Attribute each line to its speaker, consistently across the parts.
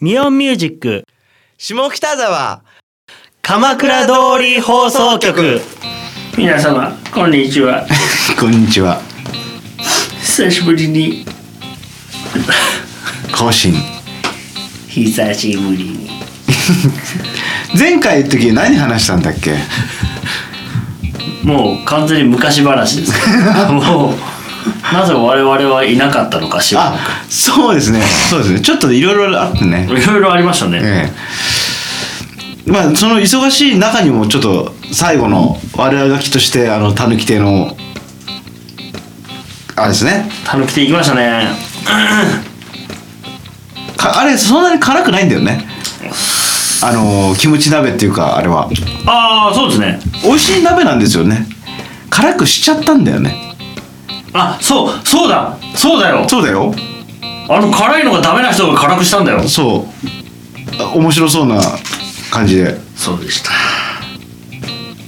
Speaker 1: ミオンミュージック
Speaker 2: 下北沢
Speaker 1: 鎌倉通り放送局
Speaker 3: 皆様こんにちは
Speaker 4: こんにちは
Speaker 3: 久しぶりに
Speaker 4: 更新
Speaker 3: 久しぶりに
Speaker 4: 前回の時何話したんだっけ
Speaker 3: もう完全に昔話 ですもうなぜ我々はいなかったのかしら
Speaker 4: あそうですねそうですねちょっといろいろあってね
Speaker 3: いろいろありましたね
Speaker 4: ええまあその忙しい中にもちょっと最後の悪あがきとしてあのたぬき亭のあれですね
Speaker 3: たぬきていきましたね
Speaker 4: かあれそんなに辛くないんだよねあのキムチ鍋っていうかあれは
Speaker 3: ああそうですね
Speaker 4: 美味しい鍋なんですよね辛くしちゃったんだよね
Speaker 3: あそうそうだそうだよ
Speaker 4: そうだよ
Speaker 3: あの辛いのがダメな人が辛くしたんだよ
Speaker 4: そうあ面白そうな感じで
Speaker 3: そうでした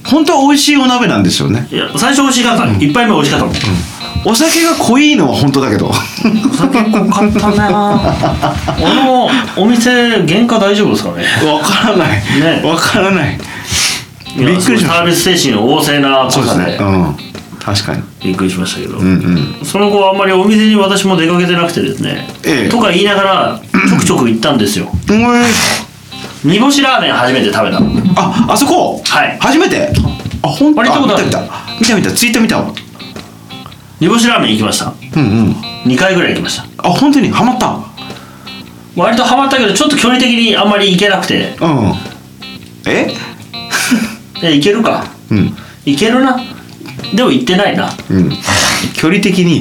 Speaker 4: 本当は美味しいお鍋なんですよね
Speaker 3: いや最初美味しかった一杯目美味しかったもん
Speaker 4: お酒が濃いのは本当だけど
Speaker 3: お酒濃かったんだよな俺もお店原価大丈夫ですかね
Speaker 4: わからない
Speaker 3: ね
Speaker 4: わ、からない
Speaker 3: いや
Speaker 4: びっくりしました
Speaker 3: サービス精神旺盛な
Speaker 4: そう
Speaker 3: 方
Speaker 4: です
Speaker 3: で
Speaker 4: ねうん確かに
Speaker 3: びっくりしましたけど、
Speaker 4: うんうん
Speaker 3: その後あんまりお店に私も出かけてなくてですね、
Speaker 4: ええ
Speaker 3: とか言いながらちょくちょく行ったんですよ
Speaker 4: うん
Speaker 3: 煮干しラーメン初めて食べたの
Speaker 4: ああそこ
Speaker 3: はい
Speaker 4: 初めてあ本当
Speaker 3: あれ行ったことある
Speaker 4: 見た見た見た見たツイッター見たわ
Speaker 3: 煮干しラーメン行きました
Speaker 4: うんうん
Speaker 3: 2回ぐらい行きました
Speaker 4: あ本当にハマった
Speaker 3: 割とハマったけどちょっと距離的にあんまり行けなくて
Speaker 4: うんえ
Speaker 3: え行けるか
Speaker 4: うん
Speaker 3: 行けるなでも行ってないな
Speaker 4: うん距離的に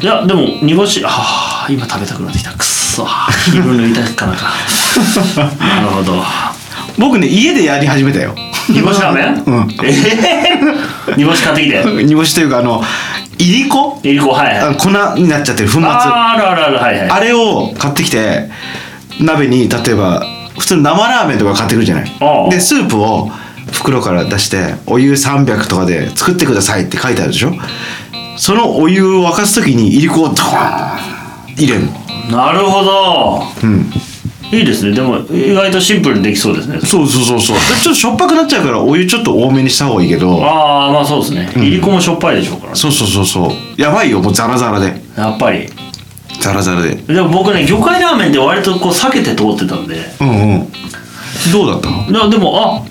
Speaker 3: いやでも煮干しああ今食べたくなってきたくっそ昼抜いたかなかなるほど
Speaker 4: 僕ね家でやり始めたよ
Speaker 3: 煮干しラーメン、
Speaker 4: うん
Speaker 3: ええ煮干し買ってきて
Speaker 4: 煮干しというかあのいりこ
Speaker 3: いりこはいはい
Speaker 4: あの粉になっちゃってる粉末
Speaker 3: あー
Speaker 4: あ
Speaker 3: あるあるあるはいはい
Speaker 4: れを買ってきて鍋に例えば普通の生ラーメンとか買ってくるじゃな
Speaker 3: ああ
Speaker 4: いでスープを袋から出してお湯300とかで作ってくださいって書いてあるでしょそのお湯を沸かす時にいりこをドーン入れるの
Speaker 3: なるほど
Speaker 4: うん
Speaker 3: いいですねでも意外とシンプルにできそうですね
Speaker 4: そうそうそうそうでちょっとしょっぱくなっちゃうからお湯ちょっと多めにした方がいいけど
Speaker 3: ああまあそうですねいりこもしょっぱいでしょうから、
Speaker 4: そうそうそうそうやばいよもうザラザラで
Speaker 3: やっぱり
Speaker 4: ザラザラで
Speaker 3: でも僕ね魚介ラーメンって割とこう避けて通ってたんで
Speaker 4: うんうんどうだったの
Speaker 3: いやでもあ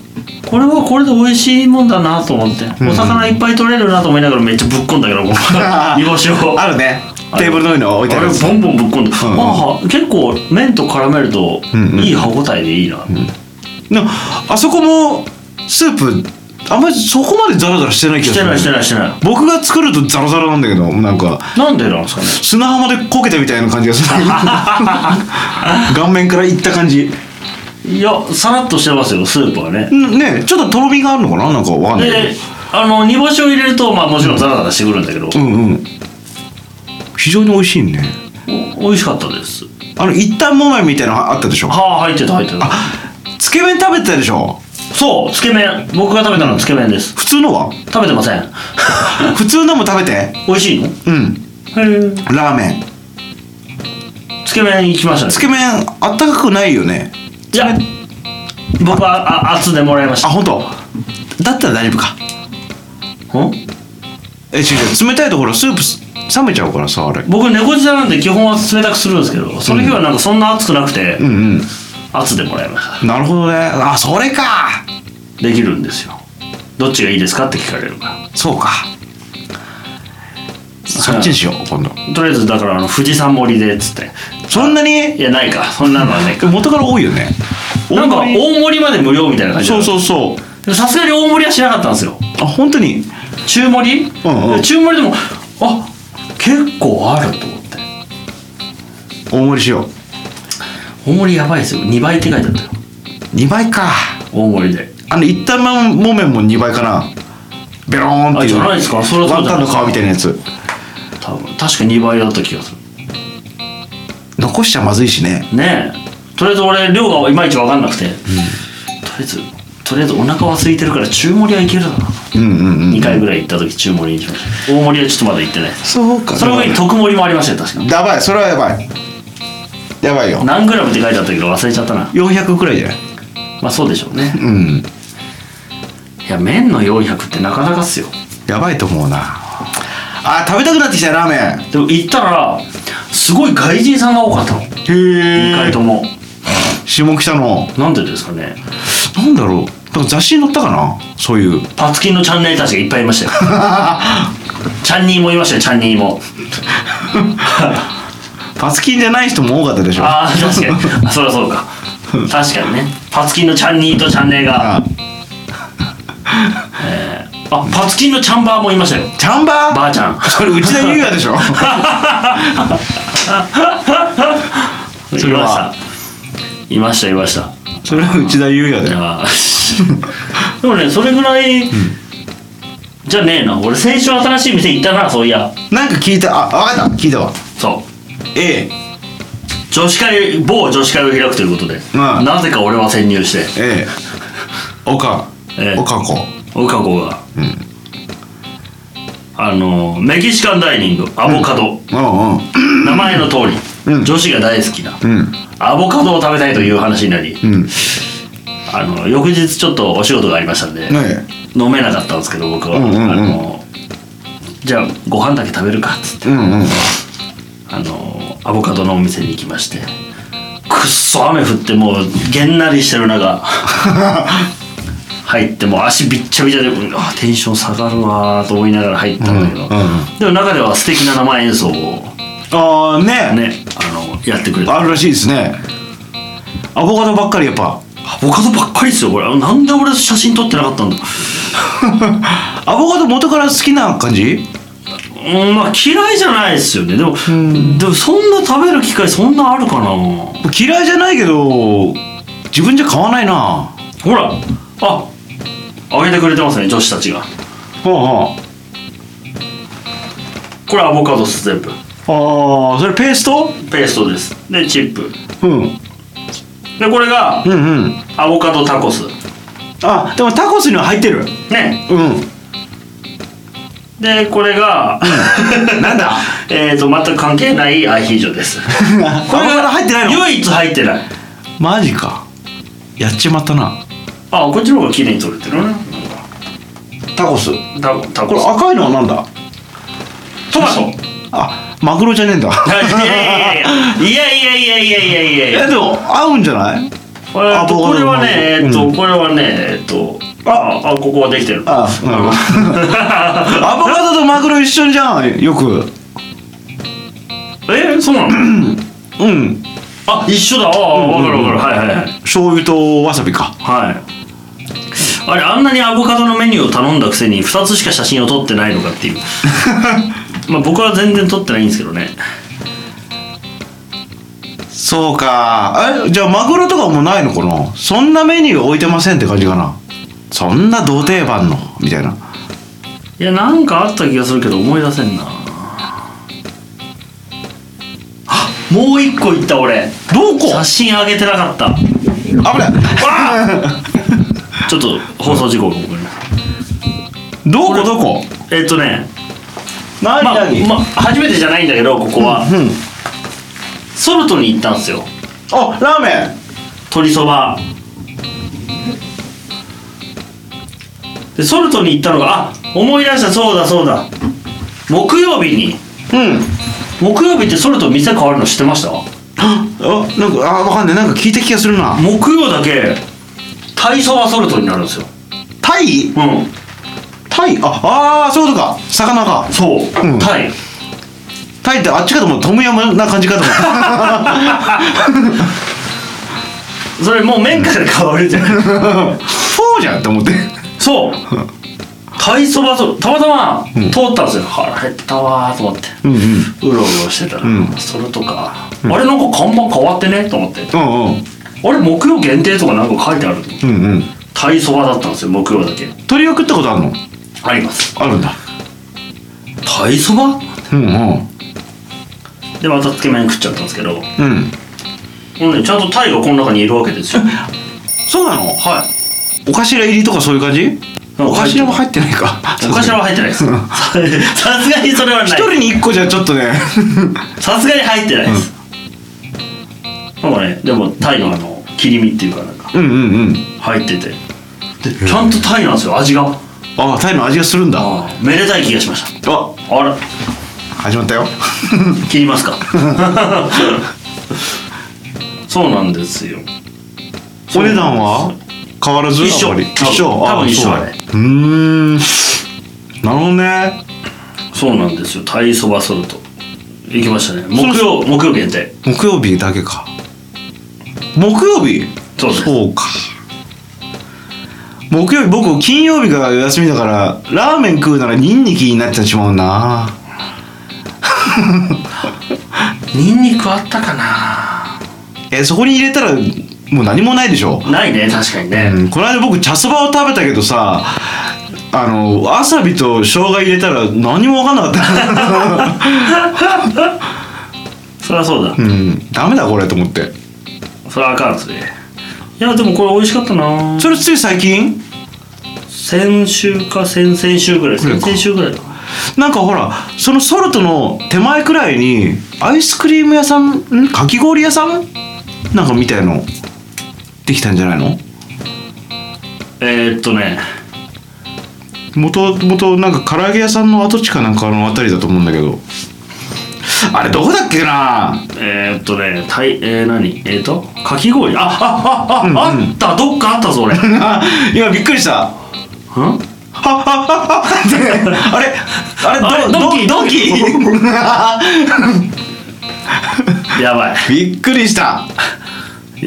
Speaker 3: これはこれで美味しいもんだなと思って、お魚いっぱい取れるなと思いながらめっちゃぶっこんだけ ど煮干しを
Speaker 4: あるねテーブルの上に置いて
Speaker 3: あ
Speaker 4: ある
Speaker 3: れ
Speaker 4: やつ
Speaker 3: ボンボンぶっこんで、
Speaker 4: んうん
Speaker 3: ああ結構麺と絡めると
Speaker 4: んうん
Speaker 3: いい歯応えでいいな、
Speaker 4: なあそこもスープあんまりそこまでザラザラしてない
Speaker 3: し
Speaker 4: 気がす
Speaker 3: て
Speaker 4: る
Speaker 3: ないしてないしてない
Speaker 4: 僕が作るとザラザラなんだけどなんか
Speaker 3: なんでなんですかね
Speaker 4: 砂浜でこけたみたいな感じがする 顔面からいった感じ
Speaker 3: いやさらっとしてますよスープはね
Speaker 4: んねちょっととろみがあるのかななんかわかんない
Speaker 3: で
Speaker 4: け
Speaker 3: あの煮干しを入れるとまあもちろんザラザラしてくるんだけど、
Speaker 4: どうんうん非常に美味しいね
Speaker 3: お美味しかったです
Speaker 4: あの一旦もめみたいなのあったでしょ
Speaker 3: はあ入ってた入ってた
Speaker 4: つけ麺食べてたでしょ
Speaker 3: そうつけ麺僕が食べたのはつけ麺です
Speaker 4: 普通の は
Speaker 3: 食べてません
Speaker 4: 普通のも食べて
Speaker 3: 美味しいのへ
Speaker 4: うん
Speaker 3: え
Speaker 4: ラーメン
Speaker 3: つけ麺行きましたね
Speaker 4: つけ麺あったかくないよね
Speaker 3: いや僕はあ熱でもらいまし
Speaker 4: あ
Speaker 3: た
Speaker 4: 本当だったら大丈夫か
Speaker 3: ん
Speaker 4: え違う違う冷たいところスープす冷めちゃうからさあれ
Speaker 3: 僕猫舌なんで基本は冷たくするんですけどその日はなんかそんな熱くなくて、
Speaker 4: うんうん
Speaker 3: 熱でもらいまし
Speaker 4: なるほどねあそれか
Speaker 3: たできるんですよどっちがいいですかって聞かれるから
Speaker 4: そうかそっちにしよう今度
Speaker 3: とりあえずだからあの富士山盛りでっつって
Speaker 4: そんなに
Speaker 3: いやないかそんなのはないか
Speaker 4: 元から多いよね
Speaker 3: なんか
Speaker 4: 大盛り
Speaker 3: 大盛りまで無料みたいな感じ
Speaker 4: そう
Speaker 3: う
Speaker 4: そうそう
Speaker 3: さすがに大盛りはしなかったんですよ
Speaker 4: あ本当に
Speaker 3: 中盛り、
Speaker 4: うんうん
Speaker 3: で中盛りでもあ結構あると思って
Speaker 4: 大盛りしよう
Speaker 3: 大盛りやばいですよ2倍って書いてあったよ
Speaker 4: 2倍か
Speaker 3: 大盛りで
Speaker 4: あの一旦もめんも2倍かなベローンって
Speaker 3: あ
Speaker 4: いう
Speaker 3: じゃないですかそれはそ
Speaker 4: ワ
Speaker 3: う
Speaker 4: ン
Speaker 3: じゃ
Speaker 4: タ
Speaker 3: な
Speaker 4: ン
Speaker 3: い
Speaker 4: の皮みたいなやつ
Speaker 3: 多分確か2倍だった気がする
Speaker 4: 残しちゃまずいしね
Speaker 3: ねえとりあえず俺量がいまいち分かんなくて、とりあえずとりあえずお腹は空いてるから中盛りはいけるだろうな、
Speaker 4: うんうんうん
Speaker 3: 2回ぐらい行った時中盛りにしました大盛りはちょっとまだ行ってないです
Speaker 4: そうか
Speaker 3: その上に
Speaker 4: だか
Speaker 3: 特盛りもありましたよ確から
Speaker 4: やばいそれはやばいやばいよ
Speaker 3: 何グラムって書いてあったけど忘れちゃったな
Speaker 4: 400くらいじゃない
Speaker 3: まあそうでしょうね
Speaker 4: うん
Speaker 3: いや麺の400ってなかなかっすよ
Speaker 4: やばいと思うなあ食べたくなってきたよラーメン
Speaker 3: でも行ったらすごい外人さんが多かったの2
Speaker 4: へ
Speaker 3: 回
Speaker 4: え
Speaker 3: とも
Speaker 4: 下北の
Speaker 3: なんでですかね
Speaker 4: なんだろうなんか雑誌に載ったかなそういう
Speaker 3: パツキンのチャンネルたちがいっぱいいましたよチャンニーもいましたよチャンニーも
Speaker 4: パツキンじゃない人も多かったでしょ
Speaker 3: ああ確かにあそりゃそうか確かにねパツキンのチャンニーとチャンネルが
Speaker 4: あ
Speaker 3: あパツキンのチャンバーもいましたよ
Speaker 4: チャンバー
Speaker 3: ばあちゃん
Speaker 4: それ内田優也でし ょそれはい
Speaker 3: ましたいましたいました
Speaker 4: それは内田優也 だよ
Speaker 3: あー でもねそれぐらい、じゃねえな俺先週新しい店行ったなそういや
Speaker 4: なんか聞いたあわかった聞いたわ
Speaker 3: そう
Speaker 4: A
Speaker 3: 女子会某女子会を開くということで、
Speaker 4: うん
Speaker 3: なぜか俺は潜入して
Speaker 4: A 岡
Speaker 3: ええ
Speaker 4: 岡子
Speaker 3: 岡子が、あのメキシカンダイニングアボカド、
Speaker 4: うん
Speaker 3: 名前の通り、
Speaker 4: うん
Speaker 3: 女子が大好きな、
Speaker 4: うん
Speaker 3: アボカドを食べたいという話になり、
Speaker 4: うんうん
Speaker 3: あの翌日ちょっとお仕事がありましたんで、
Speaker 4: ね
Speaker 3: 飲めなかったんですけど僕は、
Speaker 4: うんうんうん
Speaker 3: あのじゃあご飯だけ食べるかっつって
Speaker 4: えうんうん
Speaker 3: あのアボカドのお店に行きましてくっそ雨降ってもうげんなりしてる中入ってもう足びっちゃびちゃでうんあテンション下がるわーと思いながら入ったんだけど、
Speaker 4: うんうん
Speaker 3: でも中では素敵な生演奏をね
Speaker 4: ああね
Speaker 3: あのやってくれた
Speaker 4: あるらしいですねアボカドばっかりやっぱ
Speaker 3: アボカドばっかりですよこれなんで俺写真撮ってなかったんだ
Speaker 4: アボカド元から好きな感じ
Speaker 3: うんまあ嫌いじゃないですよねでもでもそんな食べる機会そんなあるかな
Speaker 4: 嫌いじゃないけど自分じゃ買わないなは
Speaker 3: ほらああげてくれてますね女子たちが
Speaker 4: あは
Speaker 3: これアボカドです全部
Speaker 4: ああーそれペースト
Speaker 3: ペーストですでチップ
Speaker 4: うん
Speaker 3: でこれが
Speaker 4: うんうん
Speaker 3: アボカドタコス
Speaker 4: あでもタコスには入って る
Speaker 3: ね
Speaker 4: うん
Speaker 3: でこれが
Speaker 4: なんだ
Speaker 3: えーと全く関係ないアヒージョ です
Speaker 4: これが
Speaker 3: これが
Speaker 4: 入ってないの
Speaker 3: 唯一入ってない
Speaker 4: マジかやっちまったな
Speaker 3: あこっちの方が綺麗に取れてるね
Speaker 4: タコス
Speaker 3: タタ
Speaker 4: こ
Speaker 3: コ
Speaker 4: れ
Speaker 3: ス
Speaker 4: 赤いのはなんだ
Speaker 3: ト マト
Speaker 4: あマグロじゃねえんだ
Speaker 3: いやいやいやいやいやいやいやいやいや
Speaker 4: えでも合うんじゃない
Speaker 3: えーっとこれはねえ
Speaker 4: う
Speaker 3: ー
Speaker 4: ん
Speaker 3: っとこれはねえーっとああここはできてる
Speaker 4: あなるほど アボカドとマグロ一緒じゃんよく
Speaker 3: えーそうなの
Speaker 4: うん
Speaker 3: あ一緒だああ分かる分かるはいはいはい
Speaker 4: 醤油とわさびか
Speaker 3: はい。あれ、あんなにアボカドのメニューを頼んだくせに2つしか写真を撮ってないのかってい う。まあ僕は全然撮ってないんですけどね。
Speaker 4: そうかえじゃあマグロとかもないのかなそんなメニュー置いてませんって感じかなそんな同定番のみたいない
Speaker 3: や、なんかあった気がするけど思い出せんな。あもう一個行った俺。
Speaker 4: どこ
Speaker 3: 写真あげてなかった。
Speaker 4: あぶれ
Speaker 3: ちょっと放送事故が起こりまし
Speaker 4: どこどこ
Speaker 3: たえっとね、
Speaker 4: 何
Speaker 3: まあ、
Speaker 4: 何、
Speaker 3: まあ、初めてじゃないんだけど、ここは。
Speaker 4: うん
Speaker 3: ソルトに行ったんですよ。
Speaker 4: あラーメ
Speaker 3: 鶏そばでソルトに行ったのがあ思い出したそうだそうだ木曜日に
Speaker 4: ンうん
Speaker 3: 木曜日ってソルト店変わるの知ってました
Speaker 4: あなんかあわかんないなんか聞いた気がするな
Speaker 3: 木曜だけタイそばソルトになるんですよ
Speaker 4: タイ
Speaker 3: うん
Speaker 4: タイああーそういうことか魚か
Speaker 3: そう、
Speaker 4: うん
Speaker 3: タイ
Speaker 4: タイってあっちかと思うトムヤムな感じかと思
Speaker 3: それもう麺から変わるじゃん
Speaker 4: うフォーじゃんって思って
Speaker 3: そうタイそばソルトたまたま通ったんですよ、腹減ったわーと思って
Speaker 4: うんう
Speaker 3: う
Speaker 4: ん
Speaker 3: ろうろしてたら、
Speaker 4: うん
Speaker 3: ソルトか、あれなんか看板変わってねと思って
Speaker 4: うんうん
Speaker 3: あれ木曜限定とかなんか書いてあると思う
Speaker 4: うんうん
Speaker 3: タイそばだったんですよ木曜だけ
Speaker 4: 鳥を食ったことあるの
Speaker 3: あります
Speaker 4: あるんだ
Speaker 3: タイそば
Speaker 4: うんうん
Speaker 3: でまたつけ麺食っちゃったんですけど
Speaker 4: うん
Speaker 3: ほんでちゃんとタイがこの中にいるわけ ですよ
Speaker 4: そうなの
Speaker 3: はい
Speaker 4: お頭入りとかそういう感じ
Speaker 3: なん
Speaker 4: お
Speaker 3: か入ってる
Speaker 4: 頭も入ってない か
Speaker 3: お頭は入ってないです さすがにそれは
Speaker 4: 一
Speaker 3: ない
Speaker 4: 人に一個じゃちょっとね
Speaker 3: さすがに入ってないです、なんかねでもタイのあの切り身 っていうかなんか
Speaker 4: うんうんうん
Speaker 3: 入っててでちゃんとタイなんですよ味が
Speaker 4: ああタイの味がするんだあ
Speaker 3: めでたい気がしましたあら
Speaker 4: 始まっ たよ
Speaker 3: 切ります かそうなんですよ
Speaker 4: お値段は変わらず
Speaker 3: 一緒
Speaker 4: やっぱり
Speaker 3: 多分
Speaker 4: 一緒
Speaker 3: 多分一緒
Speaker 4: そう
Speaker 3: あれ
Speaker 4: うーんなるほどね
Speaker 3: そうなんですよタイそばソルト行きましたね木曜木曜限定
Speaker 4: 木曜日だけか木曜日
Speaker 3: そうです
Speaker 4: そうか木曜日僕金曜日が休みだからラーメン食うならニンニキになってしまうな
Speaker 3: ニンニクあったかな
Speaker 4: えそこに入れたらもう何もないでしょ、
Speaker 3: ないね確かにね、
Speaker 4: うん、この間僕茶そばを食べたけどさあのわさびと生姜入れたら何も分かんなかった
Speaker 3: そりゃそうだ、
Speaker 4: うんダメだこれと思って
Speaker 3: それはあかんっすねいやでもこれ美味しかったな
Speaker 4: それつい最近
Speaker 3: 先週か先々週ぐらい
Speaker 4: これ
Speaker 3: 先
Speaker 4: か
Speaker 3: 々週ぐらいか
Speaker 4: なんかほらそのソルトの手前くらいにアイスクリーム屋さんんかき氷屋さんなんかみたいのできたんじゃないの
Speaker 3: えー、っとね
Speaker 4: もともとなんか唐揚げ屋さんの跡地かなんかのあたりだと思うんだけどあれどこだっけな
Speaker 3: えー、っとねたいえー、何えー、っとかき氷ああああ、
Speaker 4: うんうん
Speaker 3: あったどっかあったぞ俺ん
Speaker 4: あ今びっくりしたはっはっはっはってあれあ
Speaker 3: あ
Speaker 4: れ
Speaker 3: れ
Speaker 4: ド
Speaker 3: ド
Speaker 4: ン
Speaker 3: ン
Speaker 4: キ
Speaker 3: キ
Speaker 4: ドンキ
Speaker 3: やばい
Speaker 4: びっくりした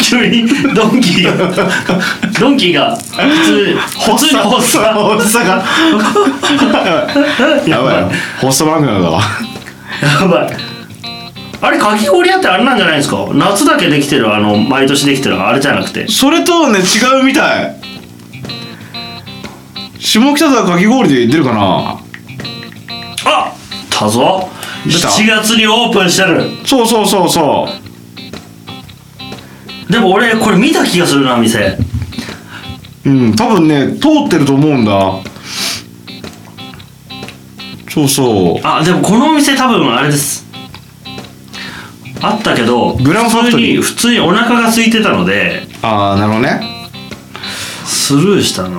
Speaker 3: 急にドンキーがドンキーが普通普通に発作
Speaker 4: 発作がや
Speaker 3: やば
Speaker 4: ばい
Speaker 3: い
Speaker 4: 発作番組なんだわ
Speaker 3: やばいあれかき氷屋ってあれなんじゃないですか夏だけできてるあの毎年できてるあれじゃなくて
Speaker 4: それとね違うみたい下北沢かき氷で出るかな
Speaker 3: あったぞ
Speaker 4: した
Speaker 3: 7月にオープンしてる
Speaker 4: そうそうそうそ
Speaker 3: でも俺これ見た気がするな店
Speaker 4: ううん多分ね通ってると思うんだそうそ
Speaker 3: あでもこのお店多分あれですあったけど
Speaker 4: グランファクトリー
Speaker 3: 普通に普通にお腹が空いてたので
Speaker 4: うああなるほどね
Speaker 3: スルーしたな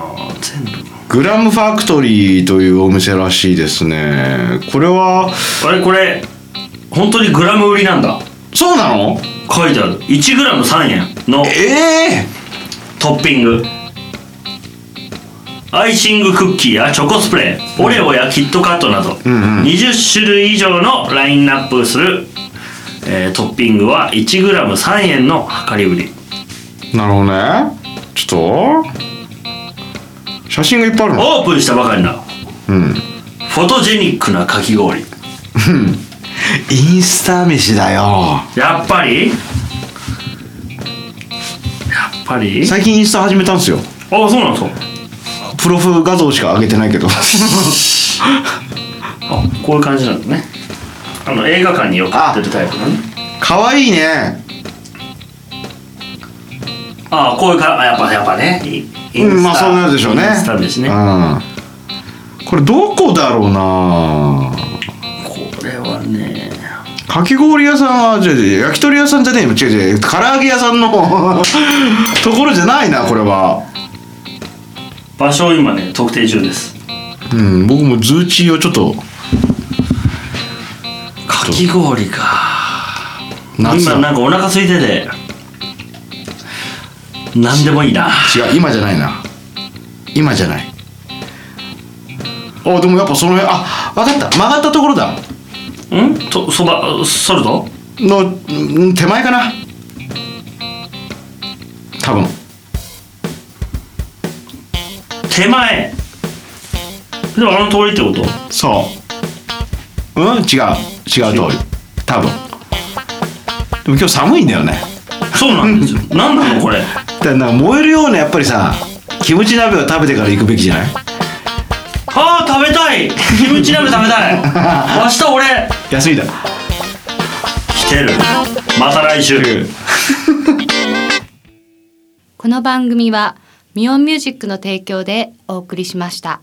Speaker 3: 全部
Speaker 4: グラムファクトリーというお店らしいですねこれは
Speaker 3: あれこれ本当にグラム売りなんだ
Speaker 4: そうなの
Speaker 3: 書いてある1グラム3円の
Speaker 4: ええ
Speaker 3: トッピングアイシングクッキーやチョコスプレーオレオやキットカットなど、
Speaker 4: んうん
Speaker 3: 20種類以上のラインナップする、えートッピングは 1g3 円の量り売り
Speaker 4: なるほどねちょっと写真がいっぱいあるの
Speaker 3: オープンしたばかりな
Speaker 4: うん
Speaker 3: フォトジェニックなかき氷
Speaker 4: インスタ飯だよ
Speaker 3: やっぱりやっぱり
Speaker 4: 最近インスタ始めたんですよ
Speaker 3: あそうなんですか
Speaker 4: プロフ画像しか上げてない けど
Speaker 3: あこういう感じなんですねあの映画館によく売ってるタイプのね
Speaker 4: 可愛いね
Speaker 3: ああこういうかあやっぱやっぱねイイ
Speaker 4: うんまあそうなるでしょうね
Speaker 3: インスタですね、
Speaker 4: うん、これどこだろうな
Speaker 3: これはね
Speaker 4: かき氷屋さんはじゃあ焼き鳥屋さんじゃねえよ違う違う唐揚げ屋さんの ところじゃないなこれは
Speaker 3: 場所を今ね特定中です
Speaker 4: うん僕もズーチーをちょっと
Speaker 3: かき氷か
Speaker 4: 夏だ
Speaker 3: 今なんかお腹空いてて何でもいいな
Speaker 4: 違う今じゃないな今じゃないあでもやっぱその辺あ分かった曲がったところだ
Speaker 3: んとそばソルト
Speaker 4: のうん手前かな多分
Speaker 3: 手前でもあの通りってこと
Speaker 4: そううん違う違う通り多分でも今日寒いんだよね
Speaker 3: そうなん ですよ何なのこれ
Speaker 4: だからなんか燃えるようなやっぱりさキムチ鍋を食べてから行くべきじゃない
Speaker 3: あー食べたいキムチ鍋食べ たい明日俺
Speaker 4: 休みだ
Speaker 3: 来てるまた来週
Speaker 5: この番組はミオンミュージックの提供でお送りしました。